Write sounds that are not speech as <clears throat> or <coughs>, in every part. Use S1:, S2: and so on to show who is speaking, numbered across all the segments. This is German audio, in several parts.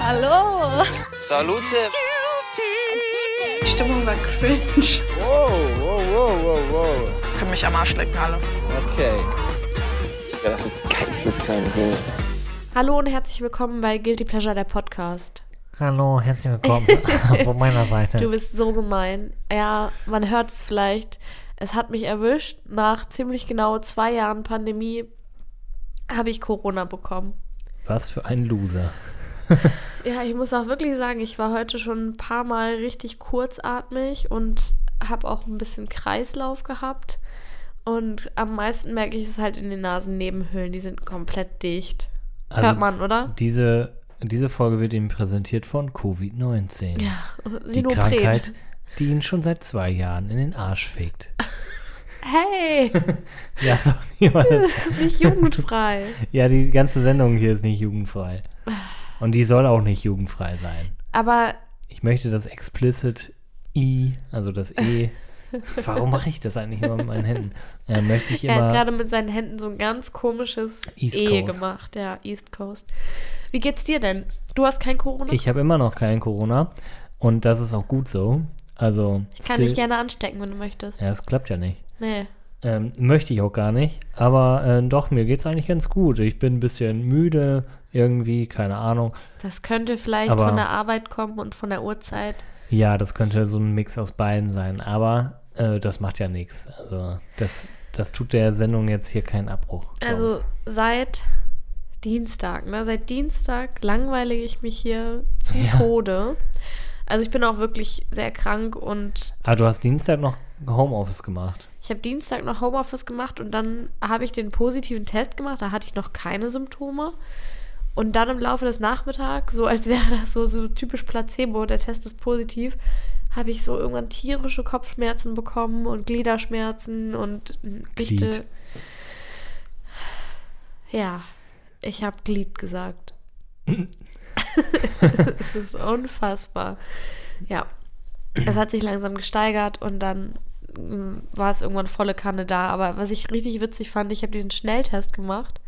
S1: Hallo.
S2: Salute.
S3: Die Stimmung war cringe.
S2: Wow, wow, wow, wow, wow.
S4: Können mich am Arsch lecken alle.
S2: Okay. Ja, das ist geisteskrank. hier.
S1: Hallo und herzlich willkommen bei Guilty Pleasure, der Podcast.
S5: Hallo, herzlich
S1: <laughs>
S5: willkommen von meiner Seite.
S1: Du bist so gemein. Ja, man hört es vielleicht. Es hat mich erwischt. Nach ziemlich genau zwei Jahren Pandemie habe ich Corona bekommen.
S5: Was für ein Loser.
S1: Ja, ich muss auch wirklich sagen, ich war heute schon ein paar Mal richtig kurzatmig und habe auch ein bisschen Kreislauf gehabt. Und am meisten merke ich es halt in den Nasennebenhöhlen. Die sind komplett dicht.
S5: Also
S1: Hört man, oder?
S5: Diese, diese Folge wird Ihnen präsentiert von Covid-19.
S1: Ja,
S5: die
S1: Sinopret.
S5: Krankheit, die ihn schon seit zwei Jahren in den Arsch fegt.
S1: Hey, <laughs>
S5: Ja, sorry, aber das,
S1: nicht jugendfrei.
S5: ja, die ganze Sendung hier ist nicht jugendfrei. Und die soll auch nicht jugendfrei sein.
S1: Aber
S5: Ich möchte das explicit I, also das
S1: <laughs>
S5: E. Warum mache ich das eigentlich immer mit meinen Händen? Äh, möchte ich
S1: er hat
S5: immer.
S1: gerade mit seinen Händen so ein ganz komisches
S5: East
S1: E
S5: Coast.
S1: gemacht. Ja, East Coast. Wie geht's dir denn? Du hast kein Corona?
S5: Ich habe immer noch keinen Corona. Und das ist auch gut so. Also.
S1: Ich kann
S5: still-
S1: dich gerne anstecken, wenn du möchtest.
S5: Ja, das klappt ja nicht.
S1: Nee.
S5: Ähm, möchte ich auch gar nicht. Aber äh, doch, mir geht's eigentlich ganz gut. Ich bin ein bisschen müde, irgendwie, keine Ahnung.
S1: Das könnte vielleicht
S5: Aber-
S1: von der Arbeit kommen und von der Uhrzeit.
S5: Ja, das könnte so ein Mix aus beiden sein. Aber äh, das macht ja nichts. Also, das, das tut der Sendung jetzt hier keinen Abbruch. glaub
S1: Also seit Dienstag, ne? Seit Dienstag langweile ich mich hier zu
S5: Ja.
S1: Tode. Also ich bin auch wirklich sehr krank und
S5: ich. Ah, du hast Dienstag noch Homeoffice gemacht.
S1: ich habe Dienstag noch Homeoffice gemacht und dann habe ich den positiven Test gemacht. Da hatte ich noch keine Symptome. Und dann im Laufe des Nachmittags, so als wäre das so, so typisch Placebo, der Test ist positiv, habe ich so irgendwann tierische Kopfschmerzen bekommen und Gliederschmerzen und dichte.
S5: Glied.
S1: Ja, ich habe Glied gesagt. <laughs> das ist unfassbar. Ja, es hat sich langsam gesteigert und dann mm, war es irgendwann volle Kanne da. Aber was ich richtig witzig fand, ich habe diesen Schnelltest gemacht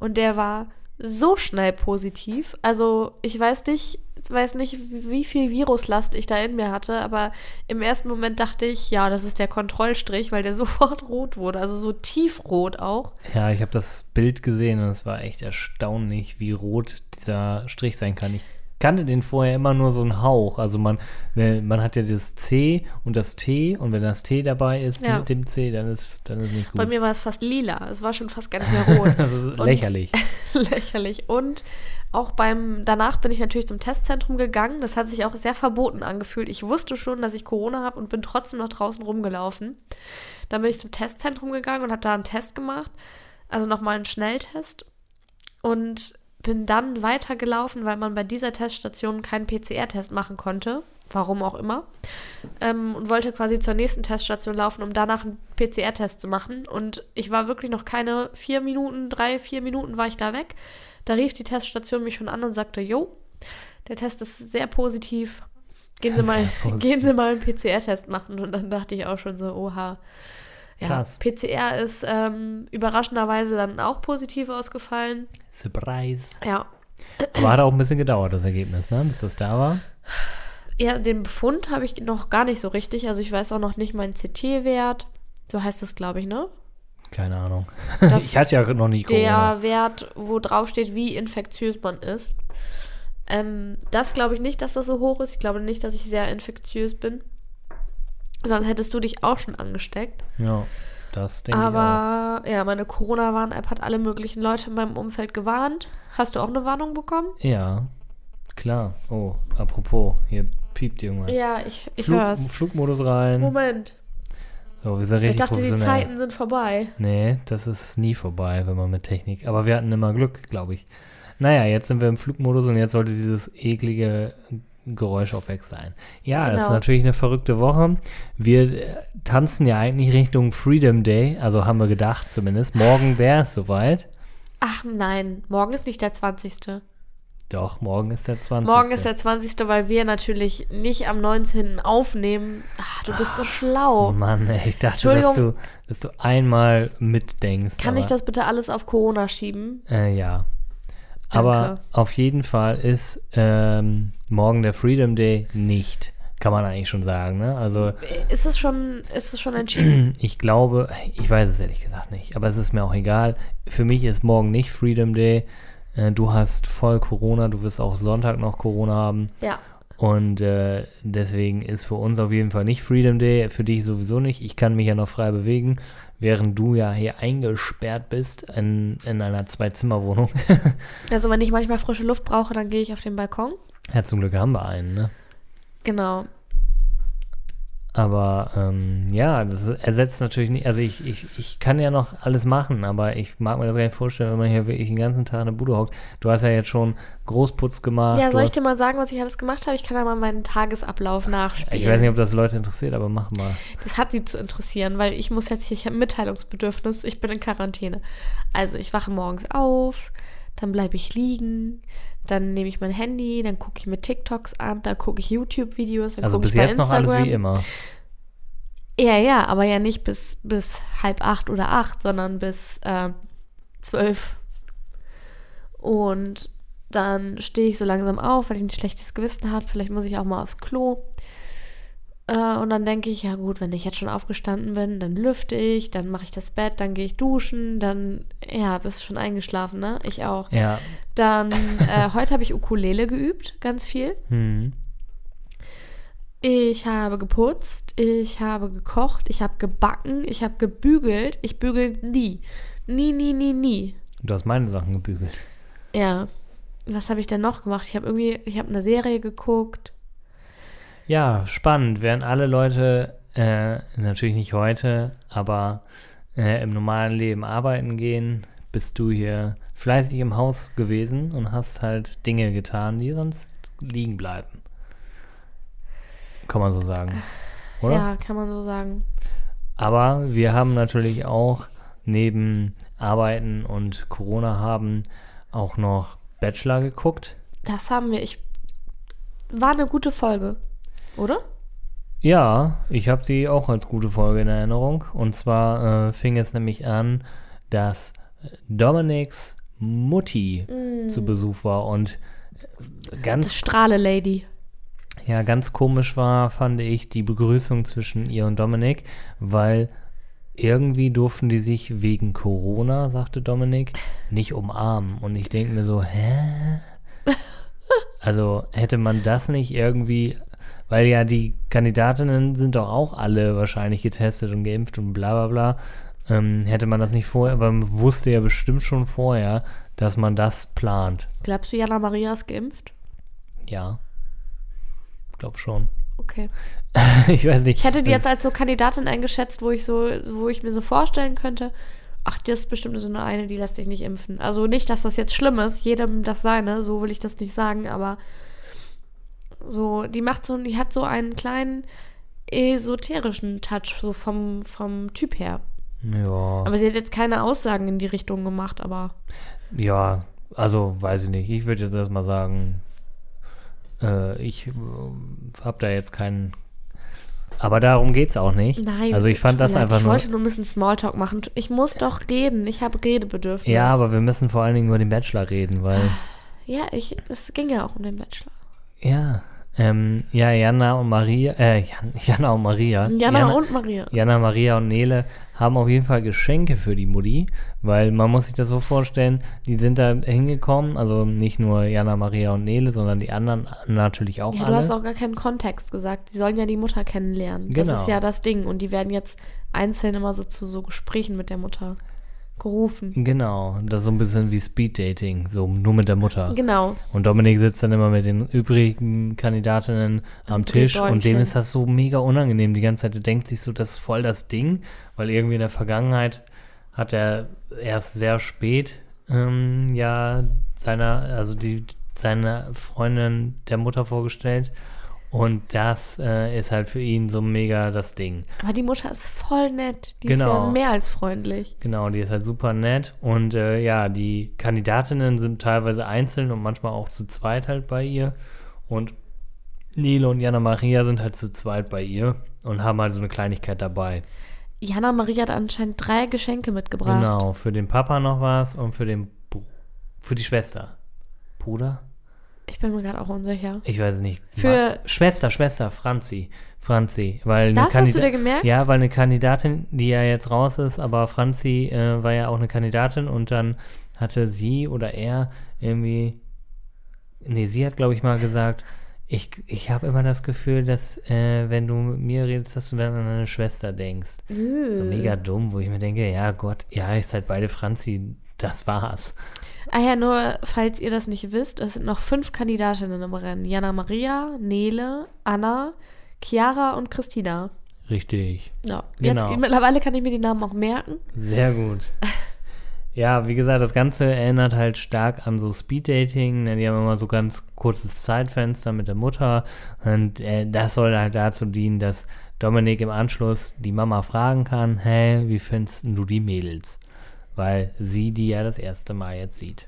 S1: und der war so schnell positiv. Also ich weiß nicht, weiß nicht, wie viel Viruslast ich da in mir hatte, aber im ersten Moment dachte ich, ja, das ist der Kontrollstrich, weil der <laughs> sofort rot wurde, also so tiefrot auch.
S5: Ja, ich habe das Bild gesehen und es war echt erstaunlich, wie rot dieser Strich sein kann. Ich kannte den vorher immer nur so einen Hauch. Also man, ne, man hat ja das C und das T und wenn das T dabei ist
S1: Ja.
S5: mit dem C, dann ist dann ist nicht gut.
S1: Bei mir war es fast lila, es war schon fast gar nicht mehr rot.
S5: <laughs> das ist
S1: Und-
S5: lächerlich.
S1: <laughs> lächerlich. Und auch beim, danach bin ich natürlich zum Testzentrum gegangen. Das hat sich auch sehr verboten angefühlt. Ich wusste schon, dass ich Corona habe und bin trotzdem noch draußen rumgelaufen. Dann bin ich zum Testzentrum gegangen und habe da einen Test gemacht. Also nochmal einen Schnelltest. Und bin dann weitergelaufen, weil man bei dieser Teststation keinen PCR-Test machen konnte. Warum auch immer. Ähm, und wollte quasi zur nächsten Teststation laufen, um danach einen PCR-Test zu machen. Und ich war wirklich noch keine vier Minuten, drei, vier Minuten war ich da weg. Da rief die Teststation mich schon an und sagte, jo, der Test ist sehr positiv. Gehen Sie
S5: Sehr
S1: mal, <laughs>
S5: positiv.
S1: gehen Sie mal einen PCR-Test machen. Und dann dachte ich auch schon so, oha. Ja,
S5: Krass.
S1: PCR ist ähm, überraschenderweise dann auch positiv ausgefallen.
S5: Surprise.
S1: Ja,
S5: Aber hat auch ein bisschen gedauert, das Ergebnis, ne? bis das da war.
S1: Ja, den Befund habe ich noch gar nicht so richtig. Also ich weiß auch noch nicht meinen CT-Wert. So heißt das, glaube ich, ne?
S5: Keine Ahnung. <laughs>
S1: Das-
S5: ich hatte ja noch nie Corona.
S1: Der Wert, wo drauf steht, wie infektiös man ist. Ähm, das glaube ich nicht, dass das so hoch ist. Ich glaube nicht, dass ich sehr infektiös bin. Sonst hättest du dich auch schon angesteckt.
S5: Ja, das denke ich auch.
S1: Aber ja, meine Corona-Warn-App hat alle möglichen Leute in meinem Umfeld gewarnt. Hast du auch eine Warnung bekommen?
S5: Ja, klar. Oh, apropos, hier piept irgendwas.
S1: Ja, ich, ich
S5: Flug,
S1: höre es.
S5: Flugmodus rein.
S1: Moment.
S5: So, wir sind richtig
S1: Ich dachte, die
S5: professionell.
S1: Zeiten sind vorbei.
S5: Nee, das ist nie vorbei, wenn man mit Technik. Aber wir hatten immer Glück, glaube ich. Naja, jetzt sind wir im Flugmodus und jetzt sollte dieses eklige Geräusch auch weg sein. Ja, das ist
S1: Genau.
S5: natürlich eine verrückte Woche. Wir äh, tanzen ja eigentlich Richtung Freedom Day, also haben wir gedacht zumindest. Morgen wäre es soweit.
S1: Ach nein, morgen ist nicht der 20.
S5: Doch, morgen ist der 20.
S1: Morgen ist der 20., weil wir natürlich nicht am 19. aufnehmen. Ach, du bist so
S5: Oh
S1: schlau.
S5: Mann, ey, ich dachte, dass
S1: Entschuldigung.
S5: du, dass du einmal mitdenkst.
S1: Kann ich
S5: aber-
S1: das bitte alles auf Corona schieben?
S5: Äh, ja. Aber auf jeden Fall ist ähm, morgen der Freedom Day nicht. Kann man eigentlich schon sagen, ne? Also
S1: Ist es schon, ist es schon
S5: <clears throat>
S1: entschieden?
S5: ich glaube, ich weiß es ehrlich gesagt nicht, aber es ist mir auch egal. Für mich ist morgen nicht Freedom Day. Äh, Du hast voll Corona, du wirst auch Sonntag noch Corona haben.
S1: ja.
S5: Und äh, deswegen ist für uns auf jeden Fall nicht Freedom Day, für dich sowieso nicht. Ich kann mich ja noch frei bewegen, während du ja hier eingesperrt bist in, in einer Zwei-Zimmer-Wohnung. <laughs>
S1: Also wenn ich manchmal frische Luft brauche, dann gehe ich auf den Balkon.
S5: ja, zum Glück haben wir einen, ne?
S1: Genau.
S5: Aber ähm, ja, das ersetzt natürlich nicht. Also ich, ich, ich kann ja noch alles machen, aber ich mag mir das gar nicht vorstellen, wenn man hier wirklich den ganzen Tag in der Bude hockt. Du hast ja jetzt schon Großputz gemacht.
S1: ja,
S5: du
S1: soll ich
S5: hast-
S1: dir mal sagen, was ich alles gemacht habe? Ich kann ja mal meinen Tagesablauf nachspielen.
S5: ich weiß nicht, ob das Leute interessiert, aber mach mal.
S1: Das hat sie zu interessieren, weil ich muss jetzt hier, ich habe Mitteilungsbedürfnis, ich bin in Quarantäne. Also ich wache morgens auf, dann bleibe ich liegen, dann nehme ich mein Handy, dann gucke ich mir TikToks an, dann gucke ich YouTube-Videos, dann
S5: Also
S1: gucke
S5: bis
S1: ich bei
S5: jetzt noch
S1: Instagram.
S5: alles wie immer.
S1: Ja, ja, aber ja nicht bis, bis halb acht oder acht, sondern bis äh, zwölf. Und dann stehe ich so langsam auf, weil ich ein schlechtes Gewissen habe. Vielleicht muss ich auch mal aufs Klo. Äh, und dann denke ich, ja gut, wenn ich jetzt schon aufgestanden bin, dann lüfte ich, dann mache ich das Bett, dann gehe ich duschen, dann, ja, bist schon eingeschlafen, ne? Ich auch.
S5: Ja.
S1: Dann, äh, heute habe ich Ukulele geübt, ganz viel.
S5: Hm.
S1: Ich habe geputzt, ich habe gekocht, ich habe gebacken, ich habe gebügelt. Ich bügel nie. Nie, nie, nie, nie.
S5: Du hast meine Sachen gebügelt.
S1: Ja. Was habe ich denn noch gemacht? Ich habe irgendwie, ich habe eine Serie geguckt.
S5: Ja, spannend. Während alle Leute, äh, natürlich nicht heute, aber äh, im normalen Leben arbeiten gehen, bist du hier fleißig im Haus gewesen und hast halt Dinge getan, die sonst liegen bleiben. Kann man so sagen. Oder?
S1: Äh, Ja, kann man so sagen.
S5: Aber wir haben natürlich auch neben Arbeiten und Corona haben auch noch Bachelor geguckt.
S1: Das haben wir. Ich war eine gute Folge, oder?
S5: Ja, ich habe sie auch als gute Folge in Erinnerung. Und zwar äh, fing es nämlich an, dass Dominics Mutti zu Besuch war und
S1: Das
S5: ganz,
S1: Strahle Lady.
S5: ja, ganz komisch war, fand ich, die Begrüßung zwischen ihr und Dominic, weil irgendwie durften die sich wegen Corona, sagte Dominic, nicht umarmen. Und ich denke mir so, hä? Also hätte man das nicht irgendwie, weil ja die Kandidatinnen sind doch auch alle wahrscheinlich getestet und geimpft und bla bla bla, ähm, hätte man das nicht vorher, aber man wusste ja bestimmt schon vorher, dass man das plant.
S1: Glaubst du, Jana Maria ist geimpft?
S5: Ja. Glaub schon. <laughs>
S1: Okay.
S5: ich weiß nicht.
S1: Ich hätte die
S5: Das-
S1: jetzt als so Kandidatin eingeschätzt, wo ich so, wo ich mir so vorstellen könnte, ach, das ist bestimmt so eine eine, die lässt sich nicht impfen. Also nicht, dass das jetzt schlimm ist, jedem das seine, so will ich das nicht sagen, aber so, die macht so, die hat so einen kleinen esoterischen Touch, so vom, vom Typ her.
S5: Ja.
S1: Aber sie hat jetzt keine Aussagen in die Richtung gemacht, aber
S5: Ja, also weiß ich nicht. Ich würde jetzt erstmal sagen, äh, ich habe da jetzt keinen. Aber darum geht's auch nicht.
S1: nein.
S5: Also ich fand
S1: tut
S5: das
S1: mir leid,
S5: einfach
S1: Ich
S5: nur.
S1: wollte nur ein bisschen Smalltalk machen. Ich muss doch reden, ich habe Redebedürfnis.
S5: Ja, aber wir müssen vor allen Dingen über den Bachelor reden, weil.
S1: Ja, ich, es ging ja auch um den Bachelor.
S5: Ja. Ähm, ja, Jana und Maria. Äh, Jan, Jana und Maria.
S1: Jana, und Maria.
S5: Jana, Maria und Nele haben auf jeden Fall Geschenke für die Mutti, weil man muss sich das so vorstellen, die sind da hingekommen, also nicht nur Jana, Maria und Nele, sondern die anderen natürlich auch
S1: Ja,
S5: alle.
S1: du hast auch gar keinen Kontext gesagt. Die sollen ja die Mutter kennenlernen. Das
S5: Genau.
S1: ist ja das Ding. Und die werden jetzt einzeln immer so zu so Gesprächen mit der Mutter gerufen.
S5: Genau, das ist so ein bisschen wie Speed-Dating, so nur mit der Mutter.
S1: Genau.
S5: Und Dominik sitzt dann immer mit den übrigen Kandidatinnen am Tisch
S1: Däumchen.
S5: und dem ist das so mega unangenehm die ganze Zeit. Der denkt sich so, das ist voll das Ding, weil irgendwie in der Vergangenheit hat er erst sehr spät ähm, ja seiner, also die seine Freundin der Mutter vorgestellt. Und das äh, ist halt für ihn so mega das Ding.
S1: Aber die Mutter ist voll nett. Die ist
S5: Genau.
S1: ja mehr als freundlich.
S5: Genau, die ist halt super nett. Und äh, ja, die Kandidatinnen sind teilweise einzeln und manchmal auch zu zweit halt bei ihr. Und Nele und Jana Maria sind halt zu zweit bei ihr und haben halt so eine Kleinigkeit dabei.
S1: Jana Maria hat anscheinend drei Geschenke mitgebracht.
S5: Genau, für den Papa noch was und für den Br- für die Schwester. Bruder?
S1: Ich bin mir gerade auch unsicher.
S5: Ich weiß es nicht.
S1: Für-
S5: Ma- Schwester, Schwester, Franzi. Franzi. Weil eine
S1: Das hast
S5: Kandida-
S1: du dir gemerkt?
S5: Ja, weil eine Kandidatin, die ja jetzt raus ist, aber Franzi äh, war ja auch eine Kandidatin und dann hatte sie oder er irgendwie. Nee, sie hat, glaube ich, mal gesagt, ich, ich habe immer das Gefühl, dass äh, wenn du mit mir redest, dass du dann an deine Schwester denkst.
S1: Äh.
S5: So mega dumm, wo ich mir denke, ja Gott, ja, ist halt beide Franzi, das war's.
S1: Ah ja, nur falls ihr das nicht wisst, es sind noch fünf Kandidatinnen im Rennen. Jana Maria, Nele, Anna, Chiara und Christina.
S5: Richtig.
S1: Ja,
S5: Genau.
S1: jetzt, mittlerweile kann ich mir die Namen auch merken.
S5: Sehr gut. Ja, wie gesagt, das Ganze erinnert halt stark an so Speed-Dating. ne? Die haben immer so ganz kurzes Zeitfenster mit der Mutter. Und äh, das soll halt dazu dienen, dass Dominik im Anschluss die Mama fragen kann, hey, wie findest denn du die Mädels? Weil sie die ja das erste Mal jetzt sieht.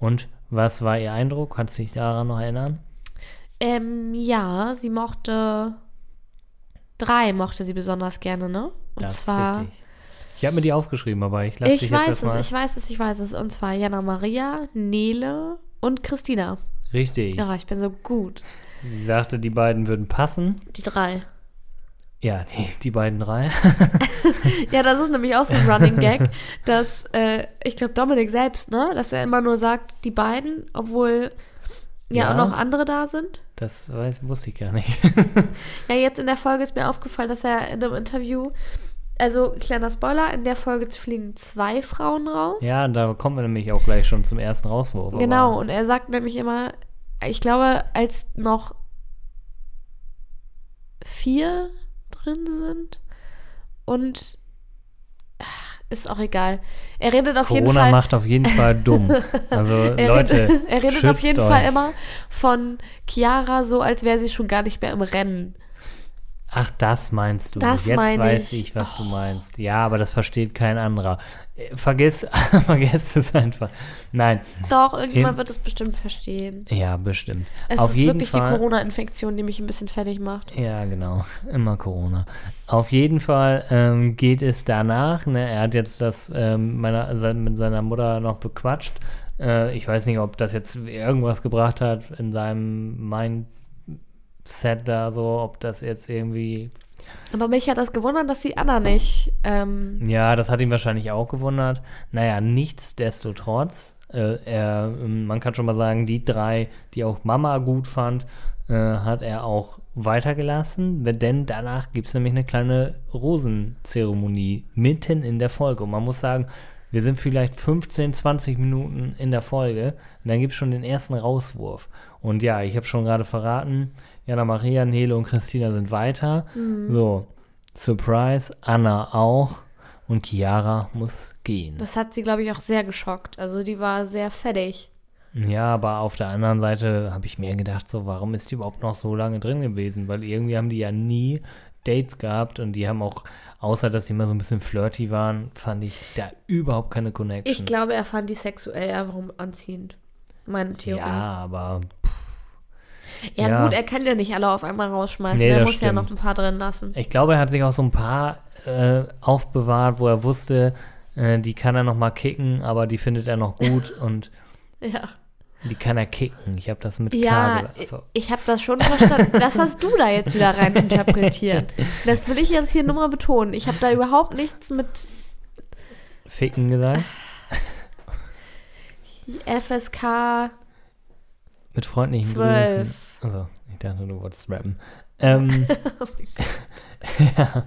S5: Und was war ihr Eindruck? Kannst du dich daran noch erinnern?
S1: Ähm, ja, sie mochte. Drei mochte sie besonders gerne, ne? Und zwar.
S5: Ich habe mir die aufgeschrieben, aber ich lasse dich
S1: Ich
S5: jetzt
S1: weiß
S5: erstmal.
S1: es, ich weiß es, ich weiß es. Und zwar Jana Maria, Nele und Christina.
S5: Richtig.
S1: Ja, ich bin so gut.
S5: Sie sagte, die beiden würden passen.
S1: Die drei.
S5: Ja, die, die beiden drei.
S1: Ja, das ist nämlich auch so ein
S5: <laughs>
S1: Running Gag, dass äh, ich glaube Dominik selbst, ne, dass er immer nur sagt die beiden, obwohl ja,
S5: Ja.
S1: auch noch andere da sind.
S5: Das weiß, wusste ich gar nicht.
S1: <laughs> Ja, jetzt in der Folge ist mir aufgefallen, dass er in einem Interview, also kleiner Spoiler, in der Folge fliegen zwei Frauen raus.
S5: ja, da kommen wir nämlich auch gleich schon zum ersten Rauswurf. aber-
S1: Genau, und er sagt nämlich immer, ich glaube, als noch vier drin sind und ach, ist auch egal. Er redet auf jeden
S5: Corona
S1: Fall.
S5: macht auf jeden Fall dumm. Also
S1: <laughs> er
S5: Leute,
S1: redet, er redet auf
S5: schützt
S1: jeden
S5: euch.
S1: Fall immer von Chiara so, als wäre sie schon gar nicht mehr im Rennen.
S5: Ach, das meinst du.
S1: Das
S5: Jetzt
S1: meine
S5: weiß
S1: ich. Oh.
S5: ich, was du meinst. Ja, aber das versteht kein anderer. Äh, Vergiss, <laughs> vergesst es einfach. Nein,
S1: Doch, irgendjemand
S5: Eben.
S1: wird es bestimmt verstehen.
S5: ja, bestimmt.
S1: Es
S5: auf
S1: ist
S5: jeden
S1: wirklich
S5: Fall.
S1: die Corona-Infektion, die mich ein bisschen fertig macht.
S5: Ja, genau. Immer Corona. Auf jeden Fall ähm, geht es danach. Ne? Er hat jetzt das ähm, meiner, sein, mit seiner Mutter noch bequatscht. Äh, ich weiß nicht, ob das jetzt irgendwas gebracht hat in seinem Mindset da so, ob das jetzt irgendwie.
S1: Aber mich hat das gewundert, dass die Anna nicht. Ähm,
S5: Ja, das hat ihn wahrscheinlich auch gewundert. Naja, nichtsdestotrotz. Äh, er, ähm, man kann schon mal sagen, die drei, die auch Mama gut fand, äh, hat er auch weitergelassen, denn danach gibt es nämlich eine kleine Rosenzeremonie mitten in der Folge. Und man muss sagen, wir sind vielleicht 15, 20 Minuten in der Folge und dann gibt es schon den ersten Rauswurf. Und ja, ich habe schon gerade verraten, Jana Maria, Nele und Christina sind weiter. So, Surprise, Anna auch und Chiara muss gehen.
S1: Das hat sie, glaube ich, auch sehr geschockt. Also die war sehr fertig.
S5: Ja, aber auf der anderen Seite habe ich mir gedacht, so, warum ist die überhaupt noch so lange drin gewesen? Weil irgendwie haben die ja nie Dates gehabt und die haben auch, außer dass die immer so ein bisschen flirty waren, fand ich da überhaupt keine Connection.
S1: Ich glaube, er fand die sexuell einfach anziehend. Meine Theorie.
S5: Ja,
S1: Ja,
S5: aber ja.
S1: ja gut, er kann ja nicht alle auf einmal rausschmeißen.
S5: Nee,
S1: er
S5: das
S1: muss ja
S5: stimmt.
S1: noch ein paar drin lassen.
S5: ich glaube, er hat sich auch so ein paar äh, aufbewahrt, wo er wusste, äh, die kann er noch mal kicken, aber die findet er
S1: <laughs>
S5: noch gut und
S1: Ja,
S5: die kann er kicken. Ich habe das mit K
S1: ja äh,
S5: gel- also,
S1: ich habe das schon verstanden. Das hast du da jetzt wieder
S5: <laughs>
S1: rein interpretiert. Das will ich jetzt hier nur mal betonen. Ich habe da überhaupt nichts mit
S5: ficken gesagt.
S1: FSK
S5: Mit freundlichen
S1: Zwölf.
S5: Grüßen. Also, ich dachte, du wolltest rappen.
S1: <laughs>
S5: Ähm,
S1: Oh
S5: <laughs> ja,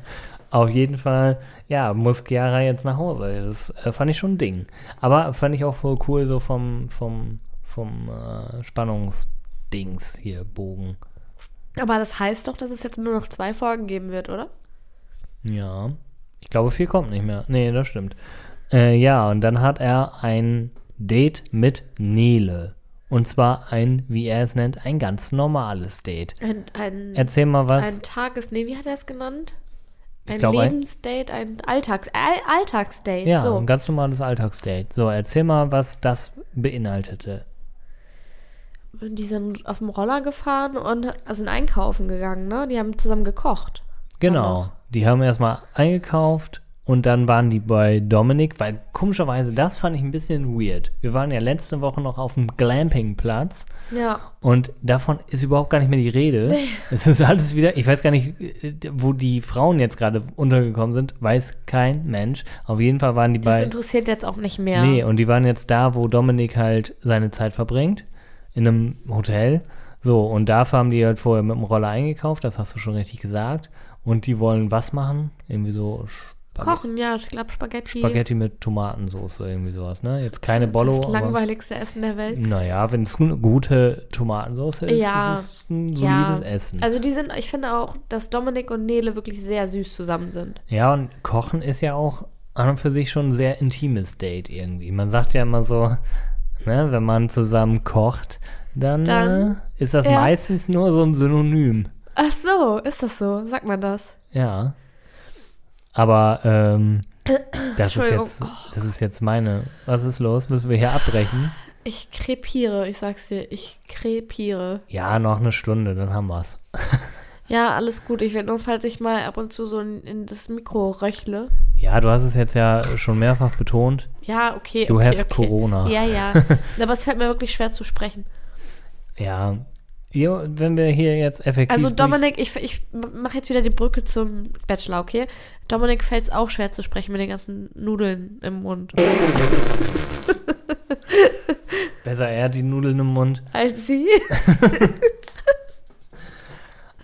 S5: auf jeden Fall, ja, muss Chiara jetzt nach Hause. Das äh, fand ich schon ein Ding. Aber fand ich auch voll cool, so vom, vom, vom äh, Spannungsdings hier, Bogen.
S1: Aber das heißt doch, dass es jetzt nur noch zwei Folgen geben wird, oder?
S5: Ja. Ich glaube, viel kommt nicht mehr. Nee, das stimmt. Äh, ja, und dann hat er ein Date mit Nele. Und zwar ein, wie er es nennt, ein ganz normales Date.
S1: Ein, ein,
S5: Erzähl mal was.
S1: ein Tages... Nee, wie hat er es genannt? Ein
S5: glaub, ein-
S1: Lebensdate, ein Alltags... All, Alltagsdate,
S5: Ja,
S1: so.
S5: ein ganz normales Alltagsdate. So, erzähl mal, was das beinhaltete.
S1: Die sind auf dem Roller gefahren und sind einkaufen gegangen, ne? Die haben zusammen gekocht.
S5: Genau.
S1: Danach.
S5: Die haben erstmal eingekauft Und dann waren die bei Dominik, weil komischerweise, das fand ich ein bisschen weird. Wir waren ja letzte Woche noch auf dem Glampingplatz
S1: Ja.
S5: und davon ist überhaupt gar nicht mehr die Rede. Es ist alles wieder, ich weiß gar nicht, äh, wo die Frauen jetzt gerade untergekommen sind, weiß kein Mensch. Auf jeden Fall waren die
S1: Das
S5: bei.
S1: interessiert jetzt auch nicht mehr.
S5: Nee, und die waren jetzt da, wo Dominik halt seine Zeit verbringt, in einem Hotel. So, und dafür haben die halt vorher mit dem Roller eingekauft, das hast du schon richtig gesagt. Und die wollen was machen? Irgendwie so Spag-
S1: Kochen, ja, ich glaube Spaghetti.
S5: Spaghetti mit Tomatensauce, irgendwie sowas, ne? Jetzt keine Bollo,
S1: Das
S5: aber
S1: langweiligste Essen der Welt.
S5: naja, wenn es eine gute Tomatensauce ist,
S1: Ja.
S5: ist es ein solides
S1: ja.
S5: Essen.
S1: Also die sind, ich finde auch, dass Dominik und Nele wirklich sehr süß zusammen sind.
S5: Ja, und Kochen ist ja auch an und für sich schon ein sehr intimes Date irgendwie. Man sagt ja immer so, ne, wenn man zusammen kocht, dann,
S1: Dann-
S5: äh, ist das
S1: ja.
S5: meistens nur so ein Synonym.
S1: Ach so, ist das so? Sagt man das?
S5: Ja. Aber
S1: <coughs>
S5: ähm, das ist
S1: Entschuldigung.
S5: jetzt, das ist jetzt meine. Was ist los? Müssen wir hier abbrechen?
S1: Ich krepiere, ich sag's dir, ich krepiere.
S5: Ja, noch eine Stunde, dann haben wir's.
S1: Ja, alles gut. Ich werde nur, falls ich mal ab und zu so in, in das Mikro röchle.
S5: Ja, du hast es jetzt ja schon mehrfach betont.
S1: Ja, okay.
S5: You
S1: okay,
S5: have
S1: okay.
S5: Corona.
S1: Ja,
S5: <laughs>
S1: ja. Aber es fällt mir wirklich schwer zu sprechen.
S5: Ja. Jo, wenn wir hier jetzt effektiv.
S1: Also
S5: durch-
S1: Dominik, ich, ich mache jetzt wieder die Brücke zum Bachelor, okay? Dominik fällt es auch schwer zu sprechen mit den ganzen Nudeln im
S5: <laughs>
S1: Mund.
S5: Besser er hat die Nudeln im Mund.
S1: Als sie.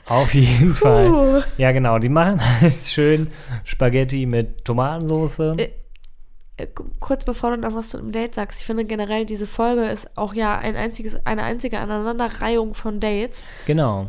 S5: Auf jeden Fall.
S1: Puh.
S5: Ja, genau. Die machen <laughs> halt schön Spaghetti mit Tomatensauce.
S1: Äh. Äh, k- Kurz bevor du noch was zu einem Date sagst, ich finde generell, diese Folge ist auch ja ein einziges, eine einzige Aneinanderreihung von Dates.
S5: Genau.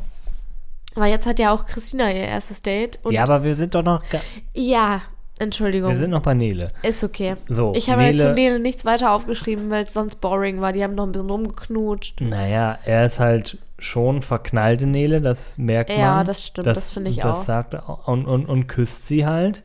S1: Weil jetzt hat ja auch Christina ihr erstes Date. Und Oh.
S5: ja, aber wir sind doch noch, ga-
S1: Ja, Entschuldigung.
S5: wir sind noch bei Nele.
S1: ist okay.
S5: So,
S1: ich habe
S5: Nele-
S1: jetzt zu Nele nichts weiter aufgeschrieben, weil es sonst boring war. Die haben noch ein bisschen rumgeknutscht.
S5: Naja, er ist halt schon verknallt in Nele, das merkt man.
S1: Ja, das stimmt, das finde ich
S5: das
S1: auch.
S5: Sagt er auch. Und, und, und küsst sie halt.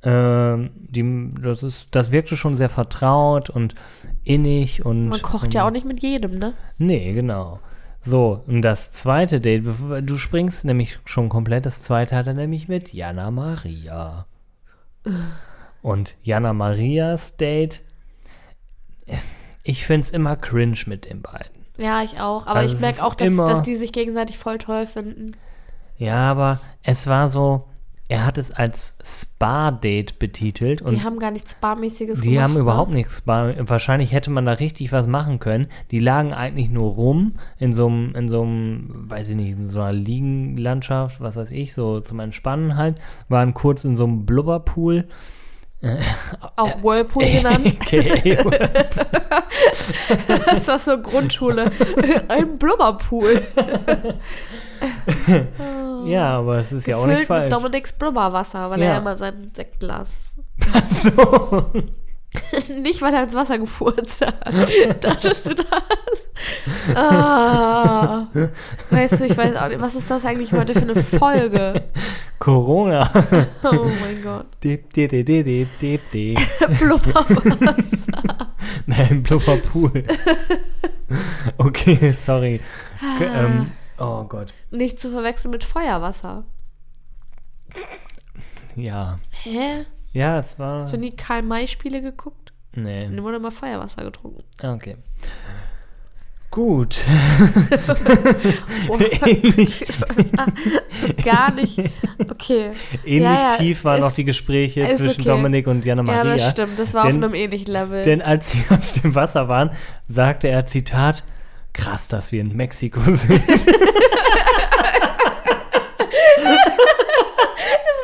S5: Ähm, die, das, ist, das wirkte schon sehr vertraut und innig und.
S1: Man kocht
S5: und,
S1: ja auch nicht mit jedem, ne?
S5: Nee, genau. So, und das zweite Date, bevor- du springst nämlich schon komplett, das zweite hat er nämlich mit Jana Maria. Und Jana Marias Date, ich find's immer cringe mit den beiden.
S1: Ja, ich auch. Aber
S5: Also
S1: ich
S5: es ist
S1: merke auch, dass,
S5: immer-
S1: dass die sich gegenseitig voll toll finden.
S5: Ja, aber es war so, er hat es als Spa-Date betitelt und
S1: Die haben gar nichts Barmäßiges
S5: Die
S1: gemacht.
S5: haben überhaupt
S1: ne?
S5: nichts. Bar- Wahrscheinlich hätte man da richtig was machen können. Die lagen eigentlich nur rum in so einem, in so einem, weiß ich nicht, in so einer Liegenlandschaft, was weiß ich, so zum Entspannen halt. Waren kurz in so einem Blubberpool.
S1: Auch
S5: <laughs>
S1: Whirlpool <laughs> genannt.
S5: Okay.
S1: das war so
S5: <laughs>
S1: Grundschule. Ein Blubberpool.
S5: ja, aber es ist ja auch nicht
S1: Gefüllt mit
S5: falsch.
S1: Dominiks Blubberwasser, weil
S5: Ja.
S1: er immer sein Sektglas
S5: So.
S1: Nicht, weil er ins Wasser gefurzt
S5: <laughs>
S1: hat. Dachtest du das? Ah. Weißt du, ich weiß auch nicht, was ist das eigentlich heute für eine Folge?
S5: <laughs> Corona.
S1: Oh mein Gott.
S5: Dip, dip, dip, dip, dip, dip, dip.
S1: Blubber.
S5: Nein, Blubberpool. <laughs> okay, sorry. Ge- Ähm,
S1: Ah.
S5: oh Gott.
S1: Nicht zu verwechseln mit Feuerwasser.
S5: Ja.
S1: Hä?
S5: Ja, es war.
S1: Hast du nie Karl-May-Spiele geguckt?
S5: Nee.
S1: Da wurde immer Feuerwasser
S5: <laughs>
S1: getrunken.
S5: Okay. Gut.
S1: Oh,
S5: <laughs> ähnlich
S1: Ah, gar nicht. Okay.
S5: ähnlich
S1: Ja, ja,
S5: tief waren
S1: ist-
S5: auch die Gespräche
S1: ist
S5: zwischen
S1: okay.
S5: Dominik und Jana Maria.
S1: Ja, das stimmt. Das war
S5: denn,
S1: auf einem ähnlichen Level.
S5: Denn als sie <laughs> aus dem Wasser waren, sagte er, Zitat, krass, dass wir in Mexiko sind. <laughs>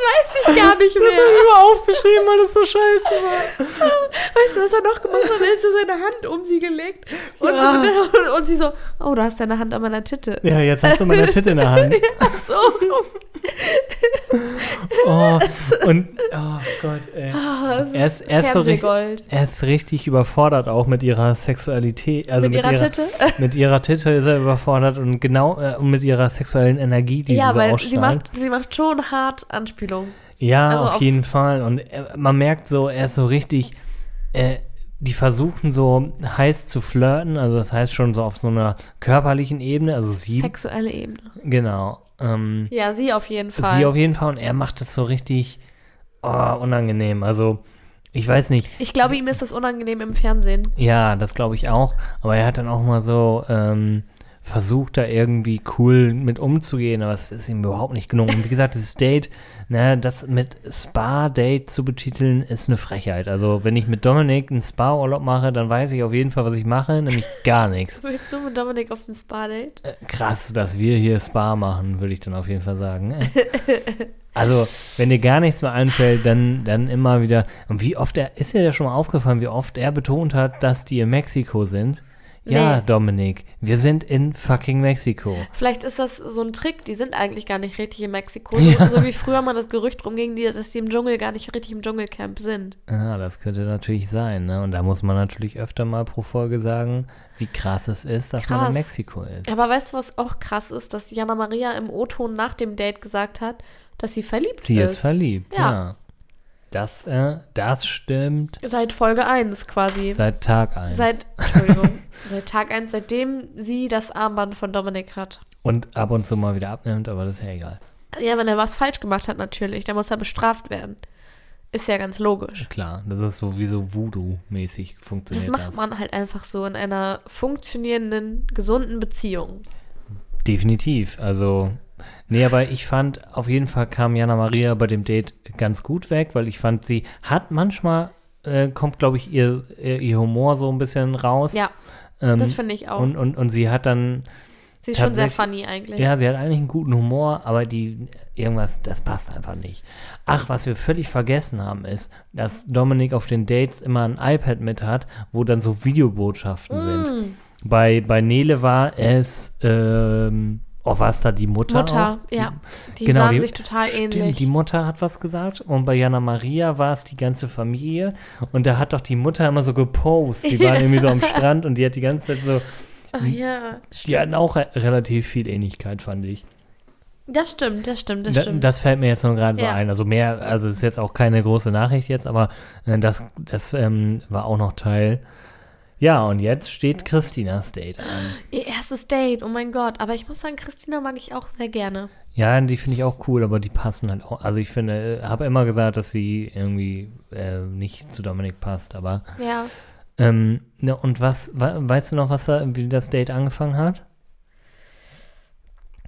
S1: Weiß ich gar
S5: <laughs>
S1: nicht mehr.
S5: Nur aufgeschrieben, weil das so scheiße war.
S1: Weißt du, was er noch gemacht hat? Er hat so seine Hand um sie gelegt und,
S5: Ja.
S1: <laughs> und, und sie so, oh, du hast deine Hand an meiner Titte. <laughs>
S5: Ja, jetzt hast du meine Titte in der Hand.
S1: So rum.
S5: Oh, und, oh Gott, ey.
S1: Ah, Das
S5: Er ist, er ist so richtig,
S1: Fernsehgold.
S5: er ist richtig überfordert auch mit ihrer Sexualität. Also
S1: Mit
S5: mit,
S1: ihrer Titte?
S5: <laughs> Mit ihrer Titte ist er überfordert und genau äh, und mit ihrer sexuellen Energie, die
S1: ja,
S5: sie so
S1: weil sie
S5: ausstrahlt.
S1: macht, sie macht schon hart Anspielung.
S5: Ja,
S1: also
S5: auf
S1: auf-
S5: jeden Fall. Und er, man merkt so, er ist so richtig, äh, die versuchen so heiß zu flirten, also das heißt schon so auf so einer körperlichen Ebene, also sie,
S1: Sexuelle Ebene.
S5: genau. Ähm,
S1: Ja, sie auf jeden Fall.
S5: Sie auf jeden Fall und er macht das so richtig oh, unangenehm. Also, ich weiß nicht.
S1: Ich glaube, ihm ist das unangenehm im Fernsehen.
S5: Ja, das glaube ich auch. Aber er hat dann auch mal so ähm, versucht, da irgendwie cool mit umzugehen, aber es ist ihm überhaupt nicht gelungen. Und wie gesagt, dieses Date, ne, das mit Spa-Date zu betiteln, ist eine Frechheit. Also, wenn ich mit Dominik einen Spa-Urlaub mache, dann weiß ich auf jeden Fall, was ich mache, nämlich gar
S1: <laughs>
S5: nichts.
S1: Willst du mit Dominik auf ein Spa-Date?
S5: Krass, dass wir hier Spa machen, würde ich dann auf jeden Fall sagen. ne? <laughs> Also, wenn dir gar nichts mehr einfällt, dann, dann immer wieder. Und wie oft er, ist dir ja schon mal aufgefallen, wie oft er betont hat, dass die in Mexiko sind? Ja,
S1: Nee.
S5: Dominik, wir sind in fucking Mexiko.
S1: Vielleicht ist das so ein Trick, die sind eigentlich gar nicht richtig in Mexiko.
S5: Ja.
S1: So, so wie früher mal das Gerücht rumging, die- dass die im Dschungel gar nicht richtig im Dschungelcamp sind.
S5: Ja, Ah, das könnte natürlich sein, ne? Und da muss man natürlich öfter mal pro Folge sagen, wie krass es ist, dass man in
S1: Krass.
S5: Mexiko ist.
S1: Aber weißt du, was auch krass ist, dass Jana Maria im O-Ton nach dem Date gesagt hat, dass sie verliebt
S5: Sie
S1: ist.
S5: ist verliebt, ja.
S1: Ja.
S5: Das, äh, das stimmt
S1: Seit Folge 1 quasi.
S5: seit Tag eins.
S1: Seit, Entschuldigung, <laughs> seit Tag 1, seitdem sie das Armband von Dominik hat.
S5: Und ab und zu mal wieder abnimmt, aber das ist ja egal.
S1: Ja, wenn er was falsch gemacht hat, natürlich, dann muss er bestraft werden. Ist ja ganz logisch.
S5: Klar, das ist sowieso Voodoo-mäßig
S1: Das
S5: funktioniert das.
S1: macht man halt einfach so in einer funktionierenden, gesunden Beziehung.
S5: Definitiv. Also, nee, aber ich fand, auf jeden Fall kam Jana Maria bei dem Date ganz gut weg, weil ich fand, sie hat manchmal, äh, kommt, glaube ich, ihr, ihr ihr Humor so ein bisschen raus.
S1: Ja,
S5: Ähm,
S1: das finde ich auch.
S5: Und, und, und sie hat dann,
S1: sie ist schon sehr
S5: tatsächlich-
S1: funny eigentlich.
S5: ja, sie hat eigentlich einen guten Humor, aber die, irgendwas, das passt einfach nicht. Ach, was wir völlig vergessen haben, ist, dass Dominik auf den Dates immer ein iPad mit hat, wo dann so
S1: Mm.
S5: Videobotschaften sind. Bei, bei Nele war es, ähm, oh, war es da die Mutter?
S1: Mutter,
S5: auch?
S1: ja. Die
S5: genau,
S1: sahen
S5: die-
S1: sich total
S5: Stimmt,
S1: ähnlich.
S5: die Mutter hat was gesagt und bei Jana Maria war es die ganze Familie und da hat doch die Mutter immer so gepostet.
S1: <laughs>
S5: Die waren irgendwie so am Strand und die hat die ganze Zeit so,
S1: Ah, ja.
S5: die hatten auch re- relativ viel Ähnlichkeit, fand ich.
S1: Das stimmt, das stimmt, das
S5: Da,
S1: stimmt.
S5: das fällt mir jetzt nur gerade so
S1: Ja.
S5: ein. Also mehr, also es ist jetzt auch keine große Nachricht jetzt, aber äh, das, das ähm, war auch noch Teil. Ja, und jetzt steht Christinas Date an.
S1: Ihr erstes Date, oh mein Gott. Aber ich muss sagen, Christina mag ich auch sehr gerne.
S5: Ja, die finde ich auch cool, aber die passen halt auch. Also ich finde, habe immer gesagt, dass sie irgendwie äh, nicht zu Dominik passt, aber
S1: Ja.
S5: Ähm, ne, und was, wa- weißt du noch, was da, wie das Date angefangen hat?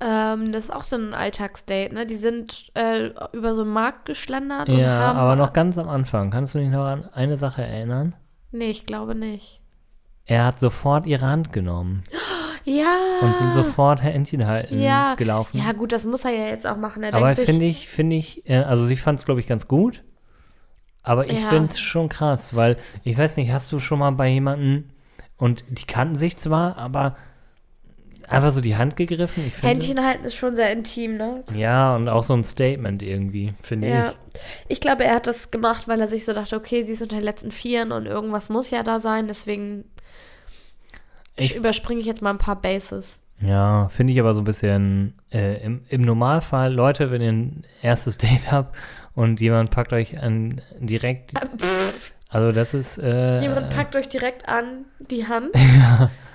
S1: Ähm, das ist auch so ein Alltagsdate, ne? Die sind äh, über so einen Markt geschlendert und
S5: Ja,
S1: haben.
S5: aber noch ganz am Anfang. Kannst du dich noch an eine Sache erinnern?
S1: Nee, ich glaube nicht.
S5: Er hat sofort ihre Hand genommen
S1: Ja.
S5: und sind sofort Händchen halten
S1: Ah. ja.
S5: gelaufen.
S1: Ja, gut, das muss er ja jetzt auch machen. Er
S5: aber
S1: denkt sich,
S5: finde ich, finde ich, äh, also sie fand es, glaube ich, ganz gut. Aber ich
S1: Ja.
S5: finde es schon krass, weil ich weiß nicht, hast du schon mal bei jemandem und die kannten sich zwar, aber einfach so die Hand gegriffen? Ich finde,
S1: Händchen halten ist schon sehr intim, ne?
S5: Ja, und auch so ein Statement irgendwie, finde
S1: Ja.
S5: ich.
S1: Ich glaube, er hat das gemacht, weil er sich so dachte, okay, sie ist unter den letzten Vieren und irgendwas muss ja da sein, deswegen
S5: Ich-
S1: überspringe ich jetzt mal ein paar Bases.
S5: Ja, finde ich aber so ein bisschen äh, im, im Normalfall, Leute, wenn ihr ein erstes <laughs> Date habt und jemand packt euch an direkt. Also das ist, äh,
S1: Äh, Jemand packt euch direkt an die Hand.
S5: <laughs>